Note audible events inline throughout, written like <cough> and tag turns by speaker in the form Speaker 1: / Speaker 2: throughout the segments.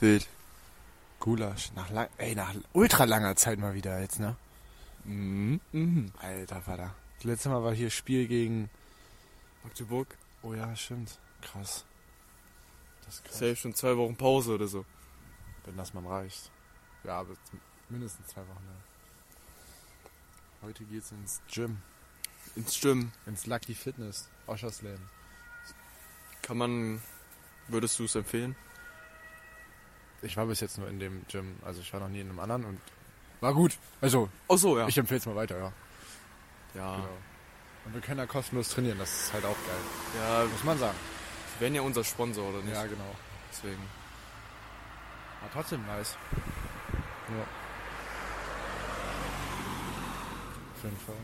Speaker 1: Wild. Gulasch. Nach, lang, ey, nach ultra langer Zeit mal wieder jetzt, ne?
Speaker 2: Mhm. Mhm.
Speaker 1: Alter Vater. Das letzte Mal war hier Spiel gegen.
Speaker 2: Magdeburg.
Speaker 1: Oh ja, stimmt. Krass. Das ist krass.
Speaker 2: Safe schon zwei Wochen Pause oder so.
Speaker 1: Wenn das mal reicht. Ja, aber mindestens zwei Wochen lang. Heute geht's ins Gym.
Speaker 2: Ins Stimmen.
Speaker 1: Ins Lucky Fitness. Oschersleben.
Speaker 2: Kann man. Würdest du es empfehlen?
Speaker 1: Ich war bis jetzt nur in dem Gym. Also ich war noch nie in einem anderen und war gut. Also
Speaker 2: Ach so, ja.
Speaker 1: ich empfehle es mal weiter, ja.
Speaker 2: ja.
Speaker 1: Genau. Und wir können da kostenlos trainieren. Das ist halt auch geil.
Speaker 2: Ja,
Speaker 1: Muss man sagen.
Speaker 2: die werden ja unser Sponsor, oder nicht?
Speaker 1: Ja, genau.
Speaker 2: Deswegen.
Speaker 1: War trotzdem nice. Ja. Auf jeden Fall.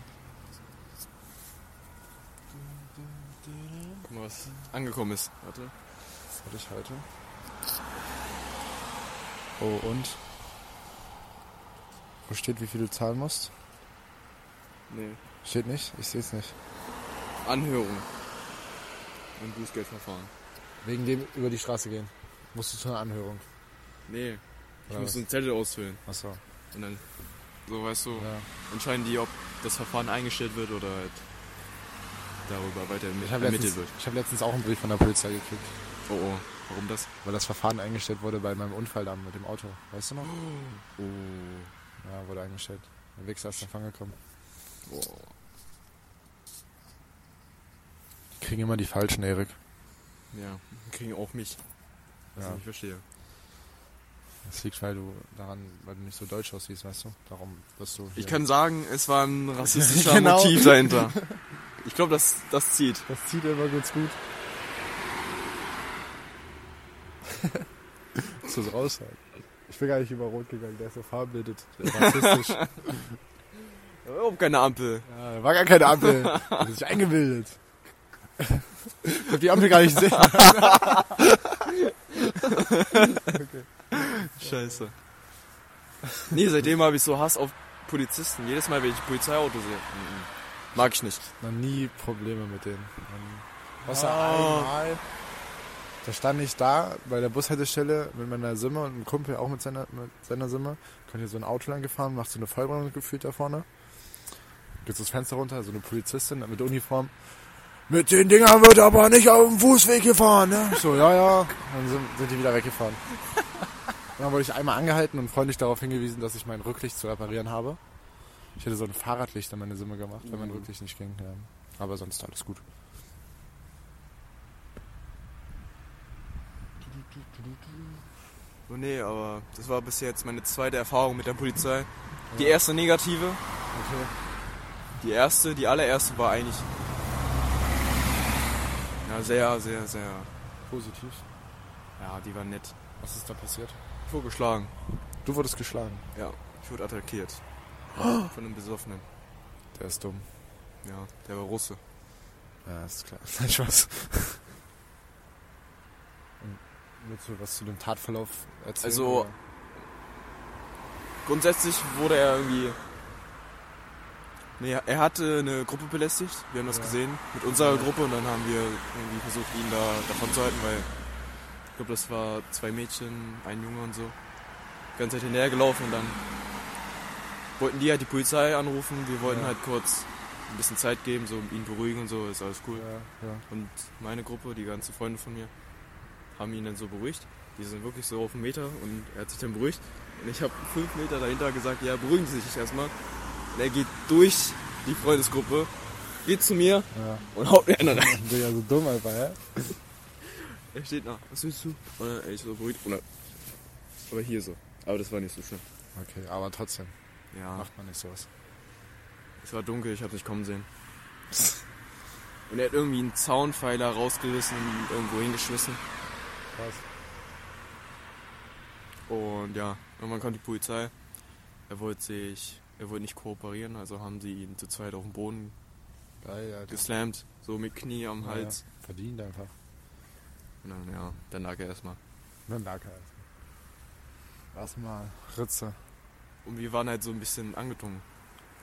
Speaker 2: Guck mal, was angekommen ist. Warte.
Speaker 1: Was hatte ich heute? Oh, und? Wo steht, wie viel du zahlen musst?
Speaker 2: Nee.
Speaker 1: Steht nicht? Ich sehe es nicht.
Speaker 2: Anhörung. Und Bußgeldverfahren.
Speaker 1: Wegen dem über die Straße gehen. Musst du zu einer Anhörung.
Speaker 2: Nee. Ich
Speaker 1: Oder
Speaker 2: muss
Speaker 1: was?
Speaker 2: einen Zettel ausfüllen.
Speaker 1: Achso.
Speaker 2: Und dann, so weißt du,
Speaker 1: Ja.
Speaker 2: entscheiden die, ob das Verfahren eingestellt wird oder halt darüber weiter
Speaker 1: Ich habe
Speaker 2: ermittelt
Speaker 1: letztens,
Speaker 2: wird.
Speaker 1: ich hab letztens auch einen Brief von der Polizei gekriegt,
Speaker 2: Oh, oh. Warum das?
Speaker 1: weil das Verfahren eingestellt wurde bei meinem Unfall da mit dem Auto. Weißt du noch?
Speaker 2: Oh.
Speaker 1: Ja, wurde eingestellt. Der Wichser ist davon gekommen.
Speaker 2: oh.
Speaker 1: Die kriegen immer die falschen, Erik.
Speaker 2: Ja, kriegen auch mich. Was
Speaker 1: Ja.
Speaker 2: ich nicht verstehe.
Speaker 1: Das liegt, weil du daran, weil du nicht so deutsch aussiehst, weißt du? Darum wirst du.
Speaker 2: Ich
Speaker 1: hier-
Speaker 2: kann sagen, es war ein <laughs> rassistischer
Speaker 1: Genau.
Speaker 2: Motiv dahinter. Ich glaube, das, das zieht.
Speaker 1: Das zieht immer ganz <laughs> gut. Muss das raus halt. Ich bin gar nicht über Rot gegangen, der ist so farbenblindet. Rassistisch. <laughs> ja,
Speaker 2: Da war Überhaupt Oh, keine Ampel.
Speaker 1: da war gar keine Ampel. Der ist sich eingebildet. <laughs> Ich hab die Ampel gar nicht gesehen.
Speaker 2: Scheiße. Nee, seitdem habe ich so Hass auf Polizisten. Jedes Mal, wenn ich ein Polizeiauto sehe. Mhm. Mag ich nicht.
Speaker 1: Noch nie Probleme mit denen. Noch nie. Außer
Speaker 2: Ah.
Speaker 1: einmal. Da stand ich da bei der Bushaltestelle mit meiner Simme und ein Kumpel auch mit seiner, mit seiner Simme. Kommt hier so ein Auto lang gefahren, macht so eine Vollbremsung gefühlt da vorne. Geht so das Fenster runter, so eine Polizistin mit Uniform. Mit den Dingern wird aber nicht auf dem Fußweg gefahren, ne? Ich So, ja, ja. Dann sind, sind die wieder weggefahren. Und dann wurde ich einmal angehalten und freundlich darauf hingewiesen, dass ich mein Rücklicht zu reparieren habe. Ich hätte so ein Fahrradlicht an meine Simme gemacht, wenn mein
Speaker 2: Mhm.
Speaker 1: Rücklicht nicht ging. Ja. Aber sonst alles gut.
Speaker 2: Oh nee, aber das war bis jetzt meine zweite Erfahrung mit der Polizei. Die erste negative.
Speaker 1: Okay.
Speaker 2: Die erste, die allererste war eigentlich. Ja, sehr, sehr, sehr.
Speaker 1: Positiv.
Speaker 2: Ja, die war nett.
Speaker 1: Was ist da passiert?
Speaker 2: Ich wurde geschlagen.
Speaker 1: Du wurdest geschlagen.
Speaker 2: Ja, ich wurde attackiert. Von einem Besoffenen.
Speaker 1: Der ist dumm.
Speaker 2: Ja, der war Russe.
Speaker 1: Ja, ist klar. <laughs> Nein, Spaß. Willst du was zu dem Tatverlauf erzählen?
Speaker 2: Also-
Speaker 1: oder?
Speaker 2: Grundsätzlich wurde er irgendwie. Nee, er hatte eine Gruppe belästigt. Wir haben das
Speaker 1: Ja.
Speaker 2: gesehen mit unserer
Speaker 1: Ja.
Speaker 2: Gruppe und dann haben wir irgendwie versucht, ihn da davon zu halten, weil ich glaube, das war zwei Mädchen, ein Junge und so. Die ganze Zeit hinterhergelaufen und dann wollten die halt die Polizei anrufen. Wir wollten
Speaker 1: Ja.
Speaker 2: halt kurz ein bisschen Zeit geben, so ihn beruhigen und so, ist alles cool.
Speaker 1: Ja, ja.
Speaker 2: Und meine Gruppe, die ganzen Freunde von mir, haben ihn dann so beruhigt. Die sind wirklich so auf einen Meter und er hat sich dann beruhigt. Und ich habe fünf Meter dahinter gesagt, ja, beruhigen Sie sich erstmal. Und er geht durch die Freundesgruppe, geht zu mir
Speaker 1: ja.
Speaker 2: und haut mir einen rein.
Speaker 1: Ich bin ja so dumm einfach, ja?
Speaker 2: Er steht da, was willst du? Und dann, ey, ich so beruhigt. Und dann, aber hier so. Aber das war nicht so schlimm.
Speaker 1: Okay, aber trotzdem
Speaker 2: Ja,
Speaker 1: macht man nicht sowas.
Speaker 2: es war dunkel, ich habe nicht kommen sehen. <laughs> Und er hat irgendwie einen Zaunpfeiler rausgerissen und irgendwo hingeschmissen.
Speaker 1: Krass.
Speaker 2: Und ja, irgendwann kam die Polizei. Er wollte sich, er wollte nicht kooperieren, also haben sie ihn zu zweit auf den Boden
Speaker 1: Geil, Alter.
Speaker 2: geslammt, so mit Knie am
Speaker 1: Ja,
Speaker 2: Hals.
Speaker 1: Ah, ja. Verdient einfach.
Speaker 2: Und dann, ja, dann lag er erstmal.
Speaker 1: Dann lag er erstmal. Erstmal Ritze.
Speaker 2: Und wir waren halt so ein bisschen angetrunken.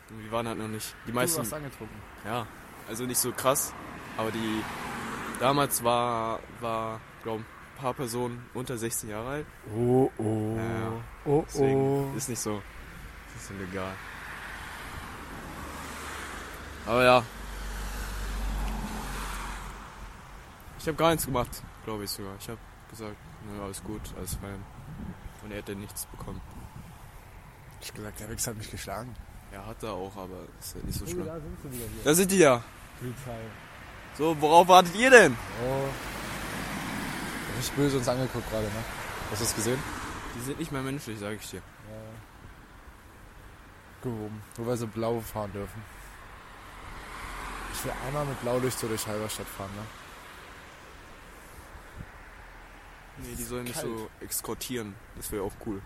Speaker 2: Und wir waren halt noch nicht. Die
Speaker 1: du
Speaker 2: meisten,
Speaker 1: warst angetrunken.
Speaker 2: ja, also nicht so krass, aber die damals war, war, glaub, paar Personen unter 16 Jahre alt.
Speaker 1: Oh, oh.
Speaker 2: Ja,
Speaker 1: oh,
Speaker 2: Deswegen ist nicht so. Ist so legal. Aber ja. Ich habe gar nichts gemacht, glaube ich sogar. Ich habe gesagt, nö, alles gut, alles fein. Und er hätte nichts bekommen.
Speaker 1: Ich hab gesagt, der Wichser hat mich geschlagen.
Speaker 2: Er hat da auch, aber ist halt nicht so
Speaker 3: Oh,
Speaker 2: schlimm.
Speaker 3: da sind sie wieder hier.
Speaker 2: Da sind die ja.
Speaker 3: Polizei.
Speaker 2: So, worauf wartet ihr denn?
Speaker 1: Oh. Richtig böse uns angeguckt gerade, ne? Hast du das gesehen?
Speaker 2: Die sind nicht mehr menschlich, sage ich dir.
Speaker 3: Ja.
Speaker 1: Gehoben. Nur weil sie blau fahren dürfen. Ich will einmal mit Blaulicht so durch Halberstadt fahren, ne?
Speaker 2: Nee, die sollen nicht
Speaker 1: Kalt.
Speaker 2: so eskortieren. Das wäre auch cool.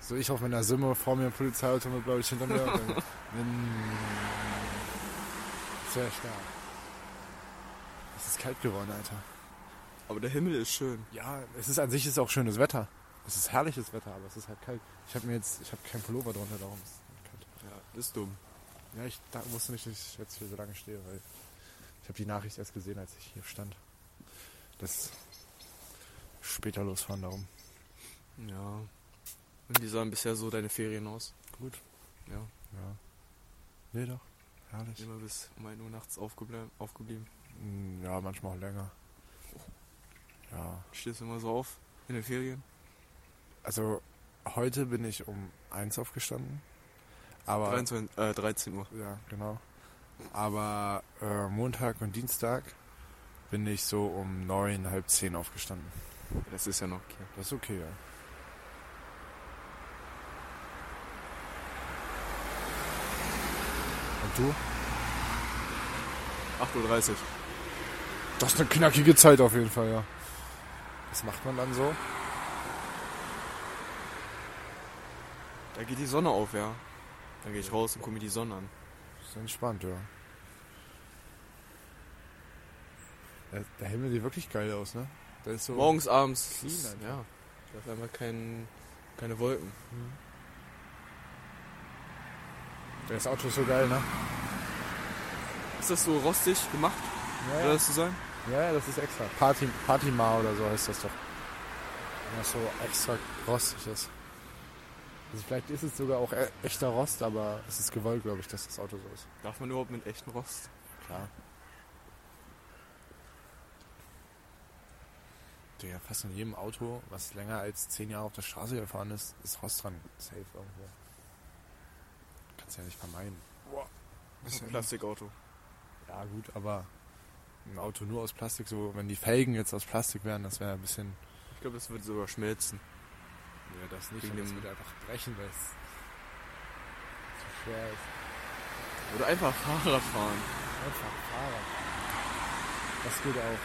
Speaker 1: So ich auf meiner Simme, vor mir ein Polizeiauto mit Blaulicht hinter mir. und dann- Sehr stark. Es ist kalt geworden, Alter.
Speaker 2: Aber der Himmel ist schön.
Speaker 1: Ja, es ist an sich ist auch schönes Wetter. Es ist herrliches Wetter, aber es ist halt kalt. Ich habe mir jetzt, ich habe keinen Pullover drunter, darum ist es halt kalt.
Speaker 2: Ja, das ist dumm.
Speaker 1: Ja, ich da, wusste nicht, dass ich jetzt hier so lange stehe, weil ich habe die Nachricht erst gesehen, als ich hier stand. Das später losfahren darum.
Speaker 2: Ja. Und wie sahen bisher so deine Ferien aus?
Speaker 1: Gut.
Speaker 2: Ja.
Speaker 1: Ja. Nee, doch. Herrlich.
Speaker 2: Immer bis um 1 Uhr nachts aufgeblieben. aufgeblieben.
Speaker 1: Mm, Ja, manchmal auch länger. Ja.
Speaker 2: Stehst du immer so auf in den Ferien?
Speaker 1: Also heute bin ich um eins aufgestanden. Aber
Speaker 2: 23, äh, 13 Uhr.
Speaker 1: Ja, genau. Aber äh, Montag und Dienstag bin ich so um neun, halb zehn aufgestanden.
Speaker 2: Das ist ja noch okay.
Speaker 1: Das ist okay, ja. Und du?
Speaker 2: 8.30 Uhr.
Speaker 1: Das ist eine knackige Zeit auf jeden Fall, ja. Was macht man dann so?
Speaker 2: Da geht die Sonne auf, ja. Dann gehe ich raus und gucke mir die Sonne an.
Speaker 1: Das ist entspannt, ja. Der, der Himmel sieht wirklich geil aus, ne? Der ist so
Speaker 2: Morgens, abends.
Speaker 1: Clean
Speaker 2: ist-
Speaker 1: einfach.
Speaker 2: ja. Da ist einfach kein, keine Wolken.
Speaker 1: Das Auto ist so geil, ne?
Speaker 2: Ist das so rostig gemacht,
Speaker 1: Ja,
Speaker 2: soll das so sein?
Speaker 1: Ja, ja, das ist extra. Party, Partima oder so heißt das doch. Wenn das so extra rostig ist. Also vielleicht ist es sogar auch e- echter Rost, aber es ist gewollt, glaube ich, dass das Auto so ist.
Speaker 2: Darf man überhaupt mit echtem Rost?
Speaker 1: Klar. Digga, fast in jedem Auto, was länger als 10 Jahre auf der Straße gefahren ist, ist Rost dran. Safe irgendwo. Kannst ja nicht vermeiden.
Speaker 2: Das ist ein Plastikauto.
Speaker 1: Ja, gut, aber ein Auto nur aus Plastik, so, wenn die Felgen jetzt aus Plastik wären, das wäre ein bisschen
Speaker 2: Ich glaube, das wird sogar schmelzen.
Speaker 1: Ja, das nicht,
Speaker 2: Wegen
Speaker 1: aber es
Speaker 2: dem-
Speaker 1: wird einfach brechen, weil es zu schwer ist.
Speaker 2: Oder einfach Fahrrad fahren.
Speaker 1: Einfach Fahrrad. Das geht auch.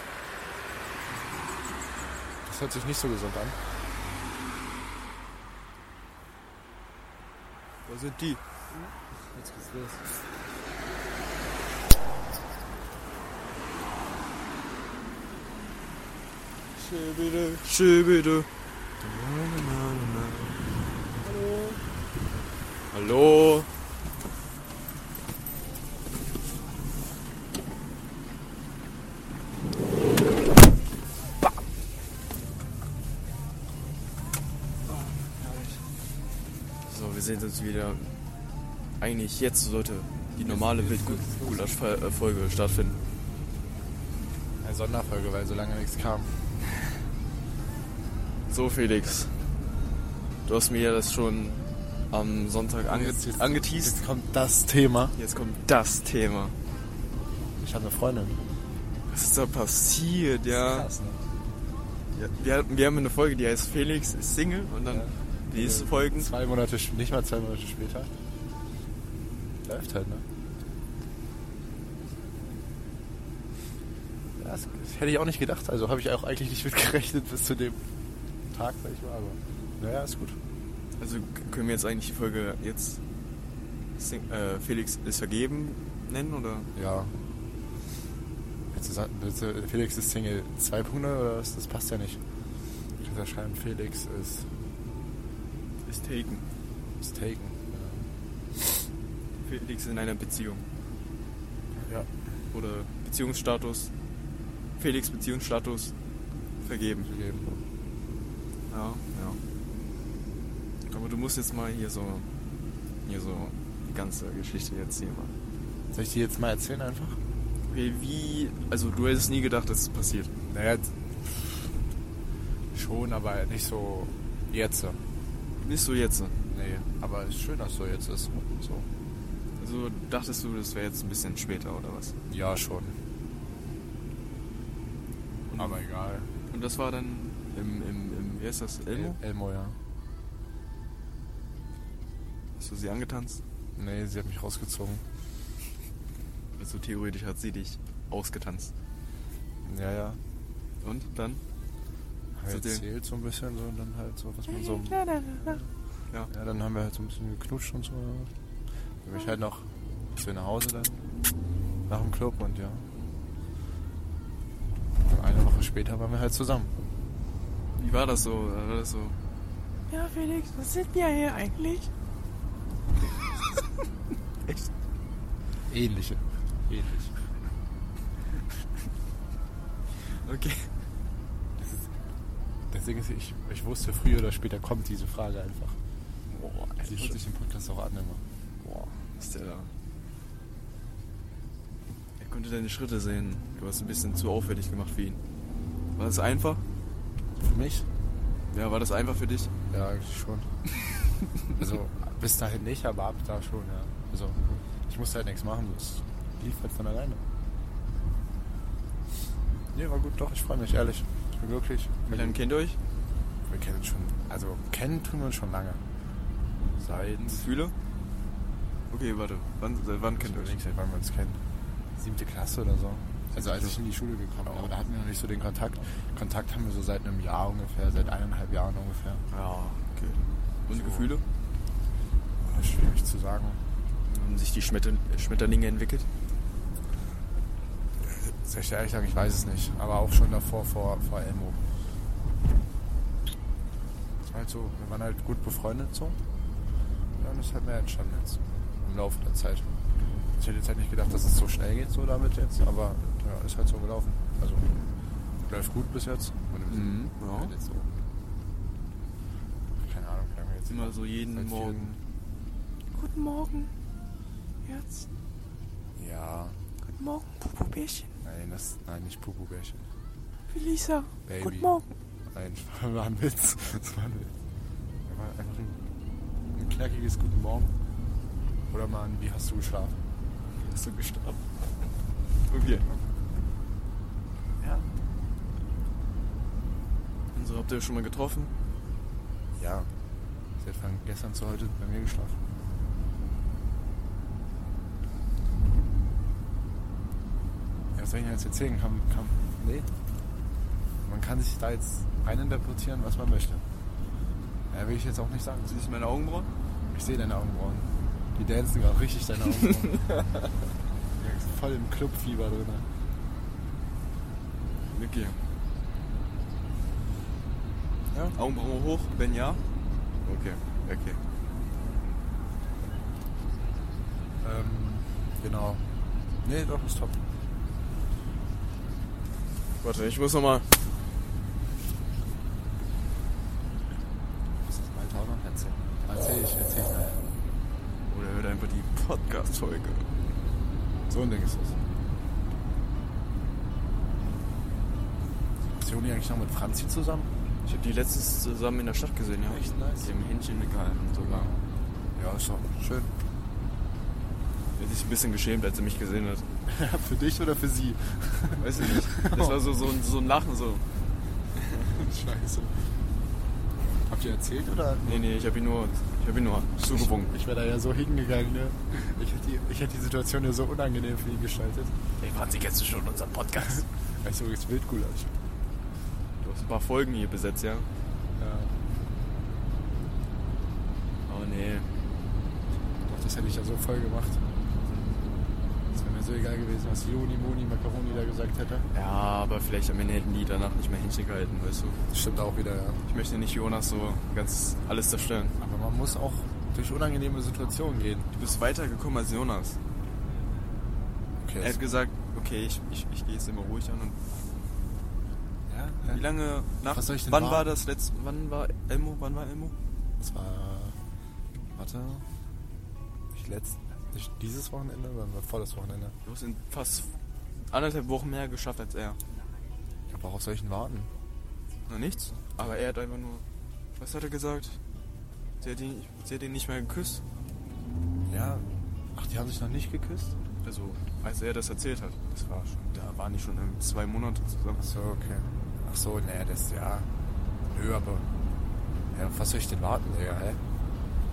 Speaker 1: Das hört sich nicht so gesund an.
Speaker 2: Wo sind die?
Speaker 1: Jetzt geht's los.
Speaker 2: Schöbede, Schöbede. Hallo. Hallo. So, wir sehen uns wieder. Eigentlich jetzt sollte die normale Wildgulasch-Folge stattfinden.
Speaker 1: Eine Sonderfolge, weil so lange nichts kam.
Speaker 2: So Felix, du hast mir ja das schon am Sonntag ange
Speaker 1: Jetzt- jetzt-
Speaker 2: angeteased.
Speaker 1: Jetzt kommt das Thema.
Speaker 2: Jetzt kommt das Thema.
Speaker 1: Ich habe eine Freundin.
Speaker 2: Was ist da passiert, ja?
Speaker 1: Krass, ne?
Speaker 2: ja wir, hatten- wir haben eine Folge, die heißt Felix ist Single und dann
Speaker 1: Ja.
Speaker 2: die nächste Folge.
Speaker 1: Zwei Monate, sch- nicht mal zwei Monate später. Läuft halt, ne? Ja, Das, das hätte ich auch nicht gedacht. Also habe ich auch eigentlich nicht mit <laughs> gerechnet bis zu dem Tag, sag ich mal. Aber naja, ist gut.
Speaker 2: Also k- können wir jetzt eigentlich die Folge jetzt Sing äh, Felix ist vergeben nennen oder?
Speaker 1: Ja. Willst du sagen, willst du, Felix ist Single zwei Punkte oder was? Das passt ja nicht. Ich kann ja schreiben, Felix ist,
Speaker 2: Ist taken.
Speaker 1: ist taken.
Speaker 2: Felix in einer Beziehung.
Speaker 1: Ja.
Speaker 2: Oder Beziehungsstatus. Felix Beziehungsstatus vergeben.
Speaker 1: Gegeben.
Speaker 2: Ja, ja. Aber du musst jetzt mal hier so, hier so die ganze Geschichte jetzt hier mal.
Speaker 1: Soll ich dir jetzt mal erzählen einfach?
Speaker 2: Wie, wie, also du hättest nie gedacht, dass es passiert.
Speaker 1: Naja, pff, schon, aber nicht so jetzt.
Speaker 2: Nicht so jetzt.
Speaker 1: Nee, aber ist schön, dass so jetzt ist. So.
Speaker 2: Also dachtest du, das wäre jetzt ein bisschen später oder was?
Speaker 1: Ja, schon.
Speaker 2: Und,
Speaker 1: Aber egal.
Speaker 2: und das war dann im, im, im wie heißt das, Elmo?
Speaker 1: Elmo, ja.
Speaker 2: Hast du sie angetanzt?
Speaker 1: Nee, sie hat mich rausgezogen.
Speaker 2: Also theoretisch hat sie dich ausgetanzt.
Speaker 1: Ja, ja.
Speaker 2: Und dann?
Speaker 1: Hab
Speaker 2: Zu
Speaker 1: ich
Speaker 2: dem-
Speaker 1: erzählt so ein bisschen so und dann halt so, was man so.
Speaker 2: Ja.
Speaker 1: Ja, dann haben wir halt so ein bisschen geknutscht und so. Dann bin ich halt noch zu nach Hause dann. Nach dem Club und ja. Eine Woche später waren wir halt zusammen.
Speaker 2: Wie war das so? War das so?
Speaker 3: Ja, Felix, was sind wir
Speaker 2: <laughs>
Speaker 3: hier eigentlich?
Speaker 1: Ähnliche. Ähnlich.
Speaker 2: Okay.
Speaker 1: Das Ding ist, ich, ich wusste, früher oder später kommt diese Frage einfach.
Speaker 2: Boah,
Speaker 1: Sie hört sich im Podcast auch an immer.
Speaker 2: Boah, ist der da. Er konnte deine Schritte sehen. Du hast ein bisschen zu auffällig gemacht für ihn. War das einfach?
Speaker 1: Für mich?
Speaker 2: Ja, war das einfach für dich?
Speaker 1: Ja, eigentlich <laughs> schon. also bis dahin nicht, aber ab da schon, ja. Also ich musste halt nichts machen, das lief halt von alleine. Nee, war gut, doch, ich freue mich, ehrlich. Ich bin glücklich.
Speaker 2: Wie lange kennt ihr euch?
Speaker 1: Wir kennen uns schon, also kennen tun wir uns schon lange. Seit...
Speaker 2: Gefühle? Okay, warte. Wann, seit wann kennt ihr euch?
Speaker 1: Seit wann wir uns kennen. Siebte Klasse oder so. Also als ich
Speaker 2: Klasse.
Speaker 1: in die Schule gekommen bin, aber da hatten wir noch nicht so den Kontakt. Kontakt haben wir so seit einem Jahr ungefähr, seit eineinhalb Jahren ungefähr.
Speaker 2: Ja, okay. Und
Speaker 1: So.
Speaker 2: Gefühle?
Speaker 1: Schwierig zu sagen.
Speaker 2: Haben sich die Schmetter Schmetterlinge entwickelt?
Speaker 1: Soll ich dir ehrlich sagen, ich weiß es nicht. Aber auch schon davor, vor, vor Elmo. Das war halt so, wir waren halt gut befreundet so. Ja, und es hat mehr entstanden jetzt. Im Laufe der Zeit. Ich hätte jetzt halt nicht gedacht, dass es so schnell geht so damit jetzt. Aber ja, ist halt so gelaufen. Also läuft gut bis jetzt.
Speaker 2: Mhm, ja.
Speaker 1: Halt jetzt so. Keine Ahnung, wie lange wir jetzt.
Speaker 2: Immer so jeden
Speaker 1: Seit vielen-
Speaker 2: Morgen.
Speaker 3: Guten Morgen, Herz.
Speaker 1: Ja.
Speaker 3: Guten Morgen, Pupubärchen.
Speaker 1: Nein, das, nein, nicht Pupubärchen.
Speaker 3: Für Lisa.
Speaker 1: Baby.
Speaker 3: Guten Morgen.
Speaker 1: Nein, das war ein Witz. Das war ein Witz. Ja, War einfach ein, ein knackiges Guten Morgen. Oder mal ein Wie hast du geschlafen?
Speaker 2: Hast du gestorben? Okay.
Speaker 1: Ja.
Speaker 2: Und so habt ihr euch schon mal getroffen?
Speaker 1: Ja. Sie hat von gestern zu heute bei mir geschlafen. Ja, was soll ich denn jetzt erzählen? Kann, kann, nee. Man kann sich da jetzt reininterpretieren, was man möchte. Ja, will ich jetzt auch nicht sagen.
Speaker 2: Siehst du meine Augenbrauen?
Speaker 1: Ich sehe deine Augenbrauen. Die dancen gerade richtig deine Augenbrauen. Ja, ist Voll im Clubfieber drin.
Speaker 2: Okay.
Speaker 1: Ja.
Speaker 2: Augenbrauen hoch, wenn ja. Okay, okay.
Speaker 1: Ähm, genau. Nee, doch, ist top.
Speaker 2: Warte, ich muss nochmal.
Speaker 1: Muss das Malte auch noch erzählen? Erzähl ich, erzähl ich nachher.
Speaker 2: Oder hört einfach die Podcast-Folge.
Speaker 1: So ein Ding ist das. Ist Joni eigentlich noch mit Franzi zusammen?
Speaker 2: Ich habe die letztens zusammen in der Stadt gesehen, ja.
Speaker 1: Echt nice.
Speaker 2: Die haben Händchen gehalten sogar.
Speaker 1: Ja, ist doch schön.
Speaker 2: Er hat sich ein bisschen geschämt, als er mich gesehen hat.
Speaker 1: <laughs> für dich oder für sie?
Speaker 2: Weiß ich <laughs> nicht. Das war so, so, ein, so ein Lachen, so.
Speaker 1: <laughs> Scheiße. Habt ihr erzählt oder?
Speaker 2: Nee, nee, ich habe ihn nur, ich hab ihn nur zugewunken.
Speaker 1: Ich wäre da ja so hingegangen, <laughs> ne? Ich hätte die, ich hätte die Situation ja so unangenehm für ihn gestaltet.
Speaker 2: Hey, Franzi, kennst du schon unseren Podcast?
Speaker 1: Echt übrigens also Wildgulasch.
Speaker 2: <laughs> Du hast ein paar Folgen hier besetzt, ja?
Speaker 1: Ja.
Speaker 2: Oh nee.
Speaker 1: Doch, das hätte ich ja so voll gemacht. Es wäre mir so egal gewesen, was Joni, Moni, Macaroni da gesagt hätte.
Speaker 2: Ja, aber vielleicht am Ende hätten die danach nicht mehr Händchen gehalten, weißt du.
Speaker 1: Das stimmt auch wieder, ja.
Speaker 2: Ich möchte nicht Jonas so ganz alles zerstören.
Speaker 1: Aber man muss auch durch unangenehme Situationen gehen.
Speaker 2: Du bist weitergekommen als Jonas.
Speaker 1: Okay.
Speaker 2: Äh,
Speaker 1: Also-
Speaker 2: Er hat gesagt, okay, ich, ich, ich gehe jetzt immer ruhig an und
Speaker 1: ja, Hä?
Speaker 2: Wie lange nach.
Speaker 1: Was soll ich denn
Speaker 2: wann
Speaker 1: warten?
Speaker 2: war das letzte. Wann war Elmo? Wann war Elmo?
Speaker 1: Das war. Warte. Nicht letzt. Nicht dieses Wochenende, sondern vor das Wochenende.
Speaker 2: Du hast in fast anderthalb Wochen mehr geschafft als er.
Speaker 1: Ja, worauf soll ich denn warten?
Speaker 2: Na nichts. Aber er hat einfach nur. Was hat er gesagt? Sie hat ihn, sie hat ihn nicht mehr geküsst.
Speaker 1: Ja. Ach, die haben sich noch nicht geküsst?
Speaker 2: Also, als er das erzählt hat. Das war schon. Da waren die schon ähm, zwei Monate zusammen.
Speaker 1: Ach so, okay. Ach so, nee, das ja. Nö, aber. Ja, auf was soll ich denn warten, Digga, hä?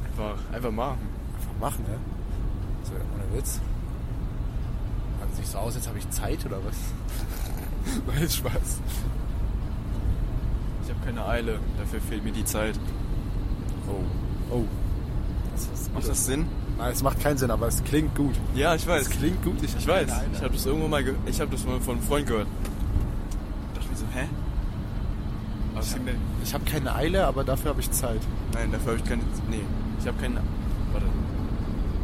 Speaker 2: Einfach, einfach machen.
Speaker 1: Einfach machen, ne? So, ohne Witz. Also sieht so aus, jetzt habe ich Zeit oder was? <laughs> War jetzt Spaß.
Speaker 2: Ich habe keine Eile. Dafür fehlt mir die Zeit.
Speaker 1: Oh. Oh. Das ist
Speaker 2: Macht das Sinn?
Speaker 1: Nein, es macht keinen Sinn, aber es klingt gut.
Speaker 2: Ja, ich weiß.
Speaker 1: Es klingt gut, ich,
Speaker 2: Ich weiß, ich habe das irgendwo mal, ge ich habe das mal von einem Freund gehört. Ich dachte mir so, hä? Aber es ging mir-
Speaker 1: Ich habe keine Eile, aber dafür habe ich Zeit.
Speaker 2: nein, dafür habe ich keine, nee, ich habe keine, warte,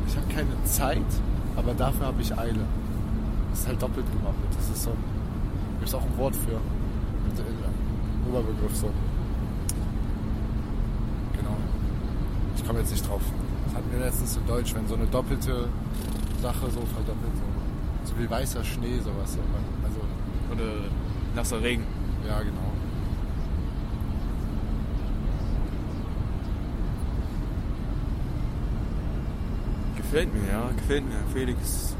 Speaker 1: Ich habe keine Zeit, aber dafür habe ich Eile. Das ist halt doppelt gemoppelt. Das ist so. Gibt es auch ein Wort für. Mit, äh, Oberbegriff so. Genau. Ich komme jetzt nicht drauf. Das hatten wir letztens in Deutsch, wenn so eine doppelte Sache so verdoppelt. So, so wie weißer Schnee, sowas. so. Also,
Speaker 2: oder nasser Regen.
Speaker 1: ja, genau.
Speaker 2: Gefällt mir, ja, gefällt mir. Felix,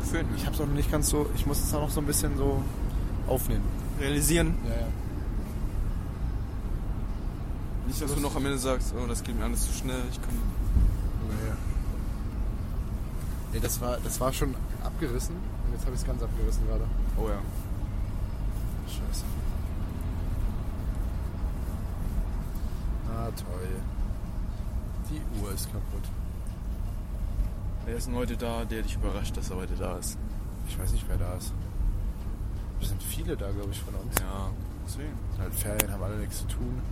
Speaker 2: gefällt mir.
Speaker 1: Ich habe es auch noch nicht ganz so. Ich muss es auch noch so ein bisschen so aufnehmen.
Speaker 2: Realisieren,
Speaker 1: Ja, ja.
Speaker 2: nicht, dass du noch am Ende sagst, oh, das geht mir alles zu schnell, ich kann,
Speaker 1: Naja. Ey, das war, das war schon abgerissen und jetzt habe ich es ganz abgerissen gerade.
Speaker 2: oh ja.
Speaker 1: Scheiße. Na Ah, toll. Die Uhr ist kaputt.
Speaker 2: Wer ist denn heute da, der dich überrascht, dass er heute da ist?
Speaker 1: Ich weiß nicht, wer da ist. Es sind viele da, glaube ich, von uns.
Speaker 2: Ja, deswegen.
Speaker 1: Sind Halt Ferien haben alle nichts zu tun.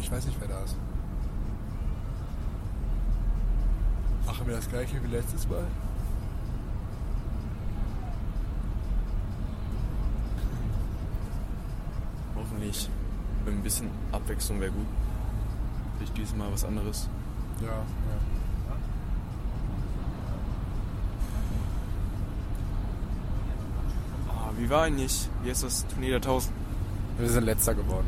Speaker 1: Ich weiß nicht, wer da ist. Machen wir das gleiche wie letztes Mal?
Speaker 2: Hoffentlich ein bisschen Abwechslung wäre gut. Vielleicht diesmal was anderes.
Speaker 1: Ja, ja.
Speaker 2: Ah, wie war eigentlich? Wie ist das Turnier der 1000?
Speaker 1: Wir sind letzter geworden.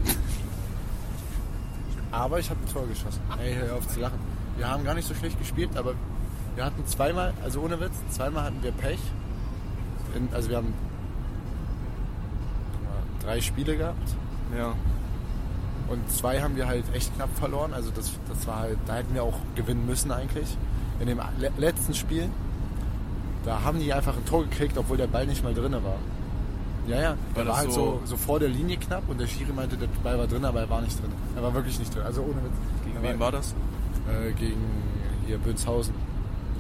Speaker 1: Aber ich habe ein Tor geschossen. Ey, hör auf zu lachen. Wir haben gar nicht so schlecht gespielt, aber wir hatten zweimal, also ohne Witz, zweimal hatten wir Pech. In, also wir haben drei Spiele gehabt.
Speaker 2: Ja.
Speaker 1: Und zwei haben wir halt echt knapp verloren. Also das, das war halt, da hätten wir auch gewinnen müssen eigentlich. In dem le letzten Spiel, da haben die einfach ein Tor gekriegt, obwohl der Ball nicht mal drin war. Ja, ja,
Speaker 2: War
Speaker 1: der war
Speaker 2: das
Speaker 1: halt so,
Speaker 2: so-
Speaker 1: so vor der Linie knapp und der Schiri meinte, der Ball war drin, aber er war nicht drin. Er war wirklich nicht drin, also ohne Witz.
Speaker 2: Gegen
Speaker 1: Er
Speaker 2: wen war das?
Speaker 1: Äh, gegen hier Bönshausen.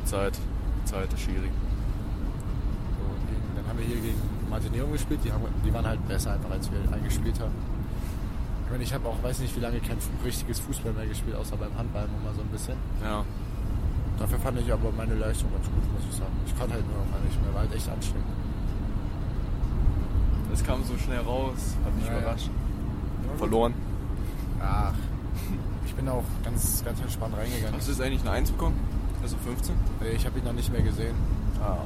Speaker 2: Zeit. Zeit, schwierig.
Speaker 1: So, gegen, dann haben wir hier gegen Martineum gespielt, die, haben, die waren halt besser einfach, als wir eingespielt haben. Ich meine, ich habe auch, weiß nicht wie lange, kein richtiges Fußball mehr gespielt, außer beim Handball immer so ein bisschen.
Speaker 2: Ja.
Speaker 1: Dafür fand ich aber meine Leistung ganz gut, muss ich sagen. Ich kann halt nur noch mal nicht mehr, war halt echt anstrengend.
Speaker 2: Es kam so schnell raus, hat mich
Speaker 1: Ja, ja.
Speaker 2: überrascht. Verloren.
Speaker 1: Ach, ich bin auch ganz, ganz entspannt reingegangen.
Speaker 2: Hast du jetzt eigentlich eine 1 bekommen? Also 15?
Speaker 1: Nee, Ich habe ihn noch nicht mehr gesehen.
Speaker 2: Ah.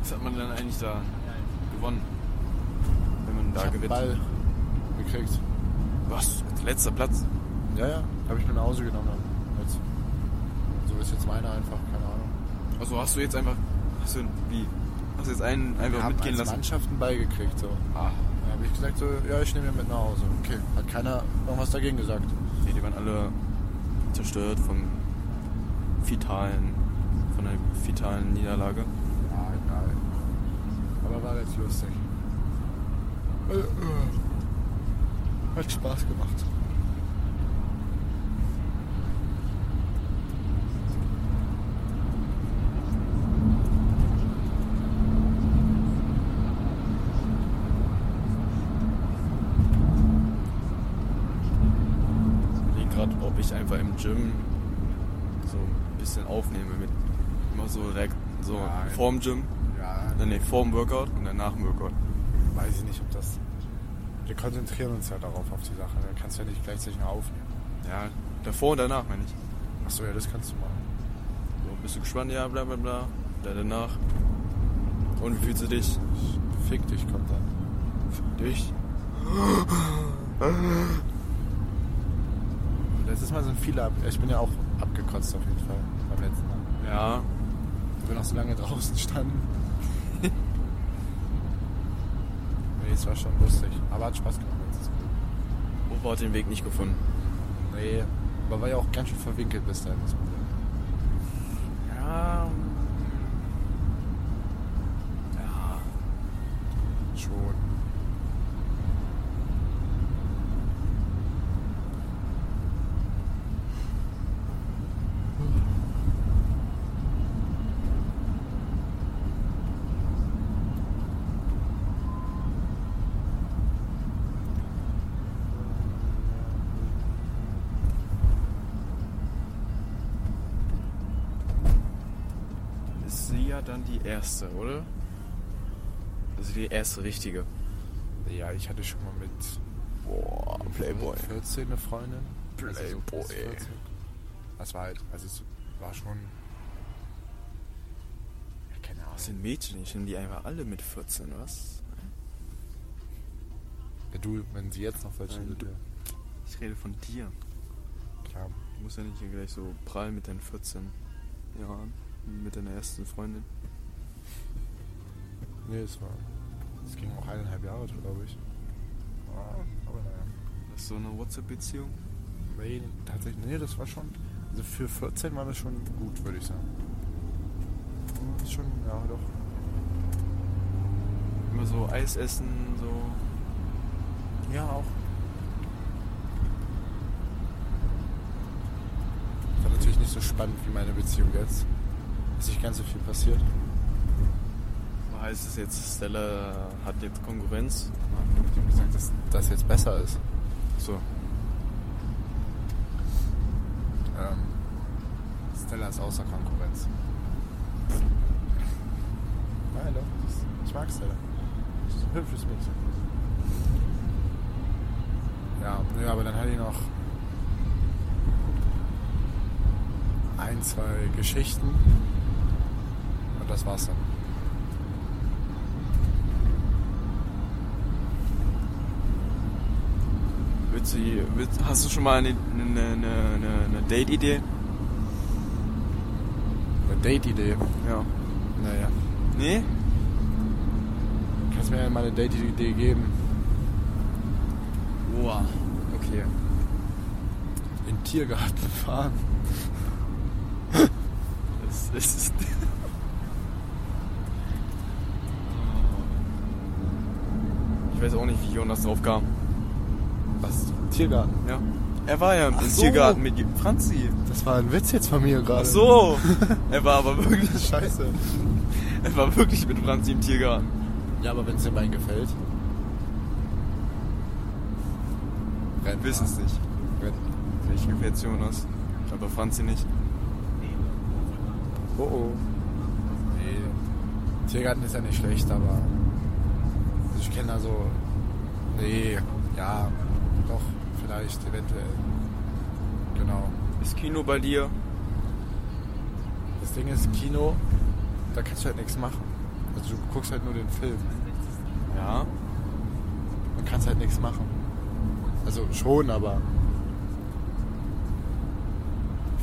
Speaker 2: Was hat man dann eigentlich da gewonnen? Wenn man
Speaker 1: ich
Speaker 2: da
Speaker 1: hab einen
Speaker 2: gewinnt.
Speaker 1: Ball gekriegt.
Speaker 2: Was? Letzter Platz?
Speaker 1: Ja, ja, habe ich mir nach Hause genommen. dann. Jetzt. So ist jetzt meiner einfach, keine Ahnung.
Speaker 2: Also hast du jetzt einfach. Hast du wie? Hast du jetzt einen
Speaker 1: Wir
Speaker 2: einfach
Speaker 1: haben
Speaker 2: mitgehen
Speaker 1: als
Speaker 2: lassen?
Speaker 1: Mannschaft einen Ball gekriegt, so.
Speaker 2: Ah.
Speaker 1: Dann habe ich gesagt, so, ja, ich nehme ihn mit nach Hause. Okay, hat keiner irgendwas dagegen gesagt.
Speaker 2: Nee, die waren alle zerstört vom fetalen, von der fetalen Niederlage.
Speaker 1: Ja, Ah, egal. Aber war jetzt lustig. Äh, äh. Hat Spaß gemacht.
Speaker 2: Ich überlege gerade, ob ich ein einfach im Gym so ein bisschen aufnehme mit immer so direkt so
Speaker 1: Nein.
Speaker 2: vorm Gym,
Speaker 1: Ja,
Speaker 2: äh, nee, vorm Workout und dann nach dem Workout.
Speaker 1: weiß ich nicht, ob das. Wir konzentrieren uns ja darauf, auf die Sache. Da kannst du ja nicht gleichzeitig nur aufnehmen.
Speaker 2: Ja, davor und danach meine ich.
Speaker 1: Achso, ja, das kannst du machen.
Speaker 2: So, bist du gespannt? Ja, bla bla bla. Da danach. Und wie fühlst du dich?
Speaker 1: Fick dich, kommt dann.
Speaker 2: Dich?
Speaker 1: Letztes Mal sind viele ab. Ich bin ja auch abgekotzt auf jeden Fall beim letzten Mal.
Speaker 2: Ja.
Speaker 1: Wo wir noch so lange draußen standen. <laughs> nee, es war schon lustig. Aber hat Spaß gemacht letztes Mal.
Speaker 2: Opa hat den Weg nicht gefunden.
Speaker 1: Nee, aber war ja auch ganz schön verwinkelt bis dahin. muss man sagen.
Speaker 2: Ja. Ja.
Speaker 1: Schon.
Speaker 2: Ist sie ja dann die erste, oder? Also die erste richtige.
Speaker 1: Ja, ich hatte schon mal mit
Speaker 2: Boah,
Speaker 1: 14 eine Freundin. Also so bis
Speaker 2: Ah, Playboy.
Speaker 1: 14. Das war halt, also es war schon. Ja, keine Ahnung.
Speaker 2: Das sind Mädchen, ich nehme die einfach alle mit 14, was?
Speaker 1: Ja, du, wenn sie jetzt noch welche
Speaker 2: Nein,
Speaker 1: sind,
Speaker 2: du-
Speaker 1: ja,
Speaker 2: Ich rede von dir.
Speaker 1: klar.
Speaker 2: Du musst ja nicht hier gleich so prallen mit deinen 14 Jahren. Mit deiner ersten Freundin.
Speaker 1: Nee, es war. Es ging auch eineinhalb Jahre, glaube ich. Ah, aber naja.
Speaker 2: Das ist so eine WhatsApp-Beziehung.
Speaker 1: Nee, tatsächlich, nee, das war schon. Also für 14 war das schon gut, würde ich sagen. Ja, ist Schon, ja, doch.
Speaker 2: Immer so Eis essen, so.
Speaker 1: Ja, auch. War natürlich nicht so spannend wie meine Beziehung jetzt. Ist nicht ganz so viel passiert.
Speaker 2: Was Heißt es jetzt, Stella hat jetzt Konkurrenz?
Speaker 1: Ich habe gesagt, dass das jetzt besser ist.
Speaker 2: So.
Speaker 1: Ähm, Stella ist außer Konkurrenz. Nein, doch. das ist- Ich mag Stella. Das ist ein hübsches Mädchen. Ja, ja, aber dann hatte ich noch ein, zwei Geschichten. Und das war's dann.
Speaker 2: Willst du, willst, hast du schon mal eine, eine, eine, eine, eine Date-Idee?
Speaker 1: Eine Date-Idee.
Speaker 2: Ja.
Speaker 1: Naja.
Speaker 2: Nee?
Speaker 1: Kannst mir ja mal eine Date-Idee geben.
Speaker 2: Boah. Okay.
Speaker 1: In den Tiergarten fahren.
Speaker 2: Das, das ist. <laughs> ich weiß auch nicht, wie Jonas drauf kam.
Speaker 1: Was? Tiergarten?
Speaker 2: Ja. Er war ja im
Speaker 1: Ach so.
Speaker 2: Tiergarten mit Franzi.
Speaker 1: Das war ein Witz jetzt von mir gerade.
Speaker 2: Ach so. <laughs> er war aber wirklich,
Speaker 1: Scheiße.
Speaker 2: er war wirklich mit Franzi im Tiergarten.
Speaker 1: Ja, aber wenn es dem einen gefällt. Renn,
Speaker 2: Wir wissen es nicht.
Speaker 1: Renn.
Speaker 2: Ich gefällt Jonas. Aber Franzi nicht.
Speaker 1: Oh oh. Nee. Tiergarten ist ja nicht schlecht, aber. Ich kenne da so. Nee, ja, doch, vielleicht, eventuell. Genau.
Speaker 2: Ist Kino bei dir?
Speaker 1: Das Ding ist, Kino, da kannst du halt nichts machen. Also du guckst halt nur den Film
Speaker 2: Ja.
Speaker 1: und kannst halt nichts machen. Also schon, aber.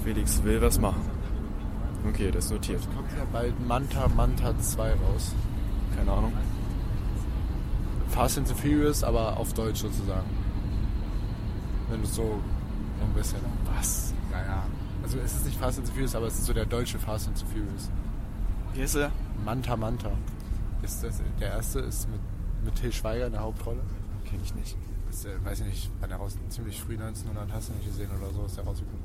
Speaker 2: Felix will was machen. Okay, das ist notiert.
Speaker 1: Kommt ja bald Manta Manta 2 raus.
Speaker 2: Keine Ahnung.
Speaker 1: Fast and the Furious, aber auf Deutsch sozusagen. Wenn du es so ein bisschen.
Speaker 2: Was?
Speaker 1: Naja. Also es ist nicht Fast and the Furious, aber es ist so der deutsche Fast and the Furious.
Speaker 2: Wie heißt er?
Speaker 1: Manta Manta. Ist das, der erste ist mit, mit Till Schweiger in der Hauptrolle.
Speaker 2: Kenn ich nicht.
Speaker 1: Ist, äh, weiß ich nicht, wann er raus, ziemlich früh 1900 hast du nicht gesehen oder so, ist der rausgekommen.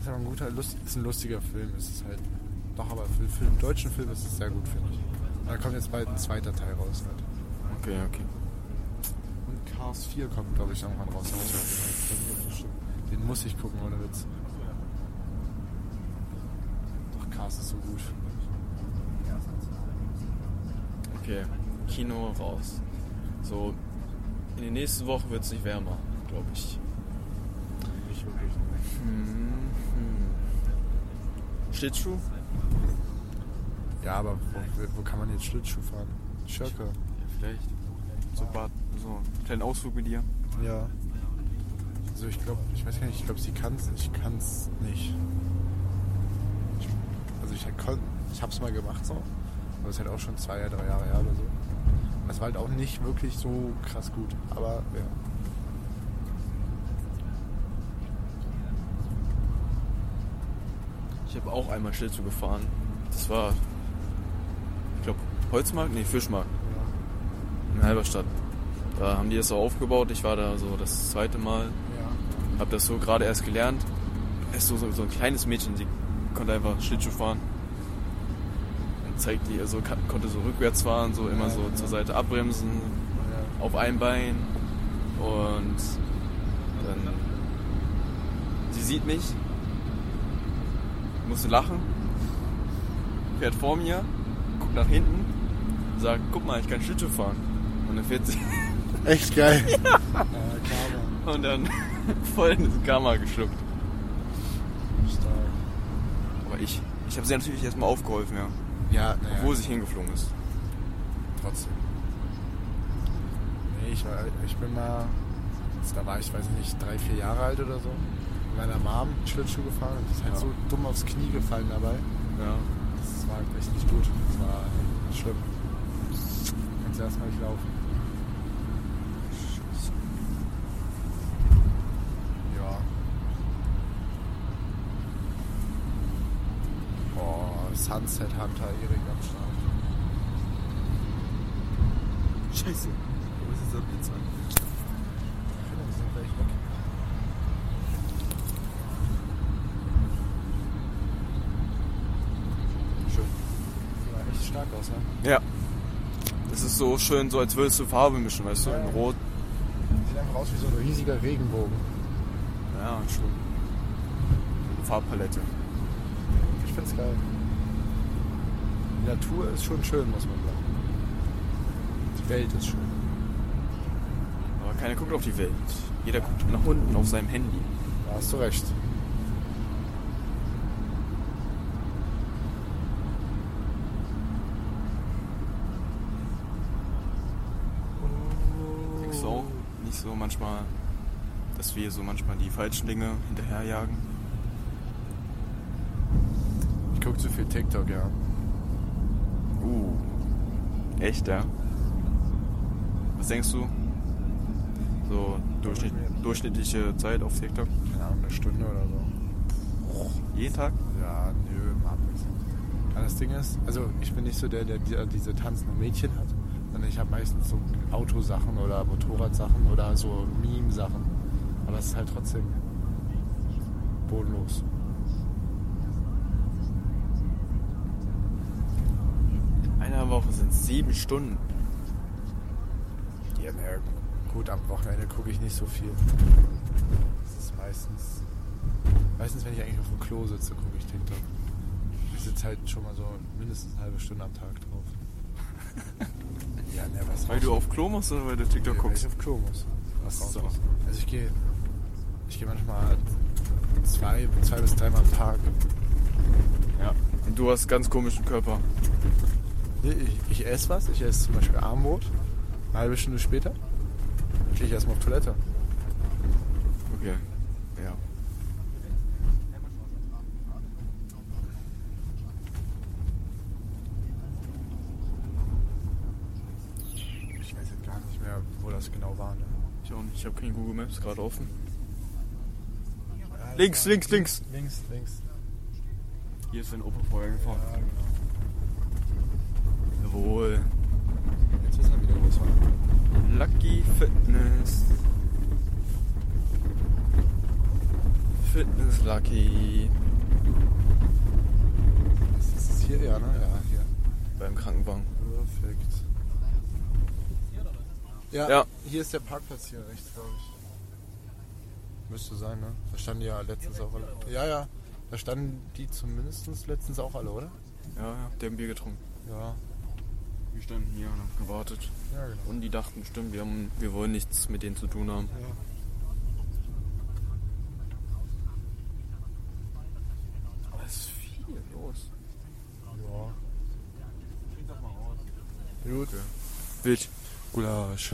Speaker 1: Ist aber ein guter, lust, ist ein lustiger Film, ist es halt. Doch, aber für, für einen deutschen Film ist es sehr gut, finde ich. Und da kommt jetzt bald ein zweiter Teil raus. Halt.
Speaker 2: Okay, okay.
Speaker 1: Und Chaos 4 kommt, glaube ich, irgendwann raus. Den muss ich gucken, ohne Witz. Ach, Cars ist so gut.
Speaker 2: Okay, Kino raus. So, in den nächsten Wochen wird es nicht wärmer, glaube ich.
Speaker 1: Nicht wirklich.
Speaker 2: Hm, hm. Schlittschuh?
Speaker 1: Ja, aber wo, wo kann man jetzt Schlittschuh fahren? Schirke.
Speaker 2: Ja, vielleicht. So, Bad, so einen kleinen Ausflug mit dir.
Speaker 1: Ja. Also ich glaube, ich weiß gar nicht, ich glaube, sie kann es ich kann's nicht. Ich, also ich kon, ich habe es mal gemacht so, aber es ist halt auch schon zwei, drei Jahre her oder so. Und das war halt auch nicht wirklich so krass gut, aber ja.
Speaker 2: Ich habe auch einmal Schlittschuh gefahren. Das war, ich glaube, Holzmarkt? Nee, Fischmarkt. In Halberstadt. Da haben die das so aufgebaut. Ich war da so das zweite Mal.
Speaker 1: ja.
Speaker 2: Hab das so gerade erst gelernt. Es ist so, so, so ein kleines Mädchen, die konnte einfach Schlittschuh fahren. Und zeigt die, also ka- konnte so rückwärts fahren, so immer
Speaker 1: Ja,
Speaker 2: so
Speaker 1: ja.
Speaker 2: zur Seite abbremsen, auf ein Bein. Und dann. Sie sieht mich, musste lachen, fährt vor mir, guckt nach hinten, sagt: Guck mal, ich kann Schlittschuh fahren. Und dann fährt sie. <laughs>
Speaker 1: Echt geil. Ja. <laughs> Karma.
Speaker 2: Und dann <laughs> voll in das Karma geschluckt.
Speaker 1: Stark.
Speaker 2: Aber ich, ich habe sie natürlich erstmal aufgeholfen, ja.
Speaker 1: Ja, naja.
Speaker 2: Obwohl sie hingeflogen ist.
Speaker 1: Trotzdem. Nee, ich, war, ich bin mal, als da war ich, weiß ich nicht, drei, vier Jahre alt oder so, mit meiner Mom Schlittschuh gefahren und ist halt
Speaker 2: Ja.
Speaker 1: so dumm aufs Knie gefallen dabei.
Speaker 2: Ja.
Speaker 1: Das war halt echt nicht gut. Das war schlimm. Kannst du erstmal nicht laufen. Ja. Boah, Sunset Hunter, Erik am Start.
Speaker 2: Scheiße. Wo ist dieser Blitz an?
Speaker 1: Ich finde, wir sind gleich weg.
Speaker 2: Schön.
Speaker 1: Sah echt stark aus, ne?
Speaker 2: Ja. Es ist so schön, so als würdest du Farbe mischen, weißt du?
Speaker 1: Ja.
Speaker 2: In Rot.
Speaker 1: Sieht einfach aus wie so ein riesiger Regenbogen.
Speaker 2: Ja, schon. Eine Farbpalette.
Speaker 1: Ich find's geil. Die Natur ist schon schön, muss man sagen. Die Welt ist schön.
Speaker 2: Aber keiner guckt auf die Welt. Jeder guckt nach unten auf seinem Handy.
Speaker 1: Da hast du recht.
Speaker 2: Denkst du auch nicht so manchmal, dass wir so manchmal die falschen Dinge hinterherjagen?
Speaker 1: Ich guck zu viel TikTok, ja.
Speaker 2: Uh. Echt, ja? Was denkst du? So durchschnitt, durchschnittliche Zeit auf TikTok?
Speaker 1: Keine Ahnung, eine Stunde oder so.
Speaker 2: Jeden Tag?
Speaker 1: Ja, nö, mal abwechseln. Ja, Das Ding ist, also ich bin nicht so der, der die- diese tanzenden Mädchen hat, sondern ich habe meistens so Autosachen oder Motorradsachen oder so Meme-Sachen. Aber es ist halt trotzdem bodenlos.
Speaker 2: In einer Woche sind es sieben Stunden. <laughs>
Speaker 1: Die American. Gut, am Wochenende gucke ich nicht so viel. Das ist meistens. Meistens, wenn ich eigentlich auf dem Klo sitze, gucke ich TikTok. Ich sitze halt schon mal so mindestens eine halbe Stunde am Tag drauf. ja, ne, was
Speaker 2: Weil du auf Klo musst oder weil du TikTok
Speaker 1: ja, weil ich
Speaker 2: guckst?
Speaker 1: auf Klo muss.
Speaker 2: Was
Speaker 1: Raus
Speaker 2: so.
Speaker 1: muss. Also ich gehe. Ich gehe manchmal zwei, zwei bis dreimal am Tag.
Speaker 2: Ja. Und du hast ganz komischen Körper.
Speaker 1: Nee, Ich, ich esse was, ich esse zum Beispiel Armbrot. Eine halbe Stunde später gehe ich erstmal auf Toilette.
Speaker 2: Okay. Ja.
Speaker 1: Ich weiß jetzt gar nicht mehr, wo das genau war. Ne?
Speaker 2: Ich auch nicht. Ich habe kein Google Maps gerade offen. Links, links, links.
Speaker 1: Links, links.
Speaker 2: Hier ist dein Opa vorher gefahren.
Speaker 1: Ja, genau.
Speaker 2: Jawohl.
Speaker 1: Jetzt müssen wir wieder losfahren.
Speaker 2: Lucky Fitness. Fitness Lucky.
Speaker 1: Ist das das hier? Ja, ne? Ja, hier.
Speaker 2: Beim Krankenwagen.
Speaker 1: Perfekt. Ja,
Speaker 2: Ja.
Speaker 1: hier ist der Parkplatz hier rechts, glaube ich. Müsste sein, ne? Da standen die ja letztens auch alle. Ja, ja. Da standen die zumindest letztens auch alle, oder?
Speaker 2: Ja, ja, die haben Bier getrunken.
Speaker 1: Ja.
Speaker 2: Wir standen hier und haben gewartet.
Speaker 1: Ja, genau.
Speaker 2: Und die dachten, stimmt, wir, haben, wir wollen nichts mit denen zu tun haben. Aber es ist viel los.
Speaker 1: Ja. Gut.
Speaker 2: Wild.
Speaker 1: Gulasch.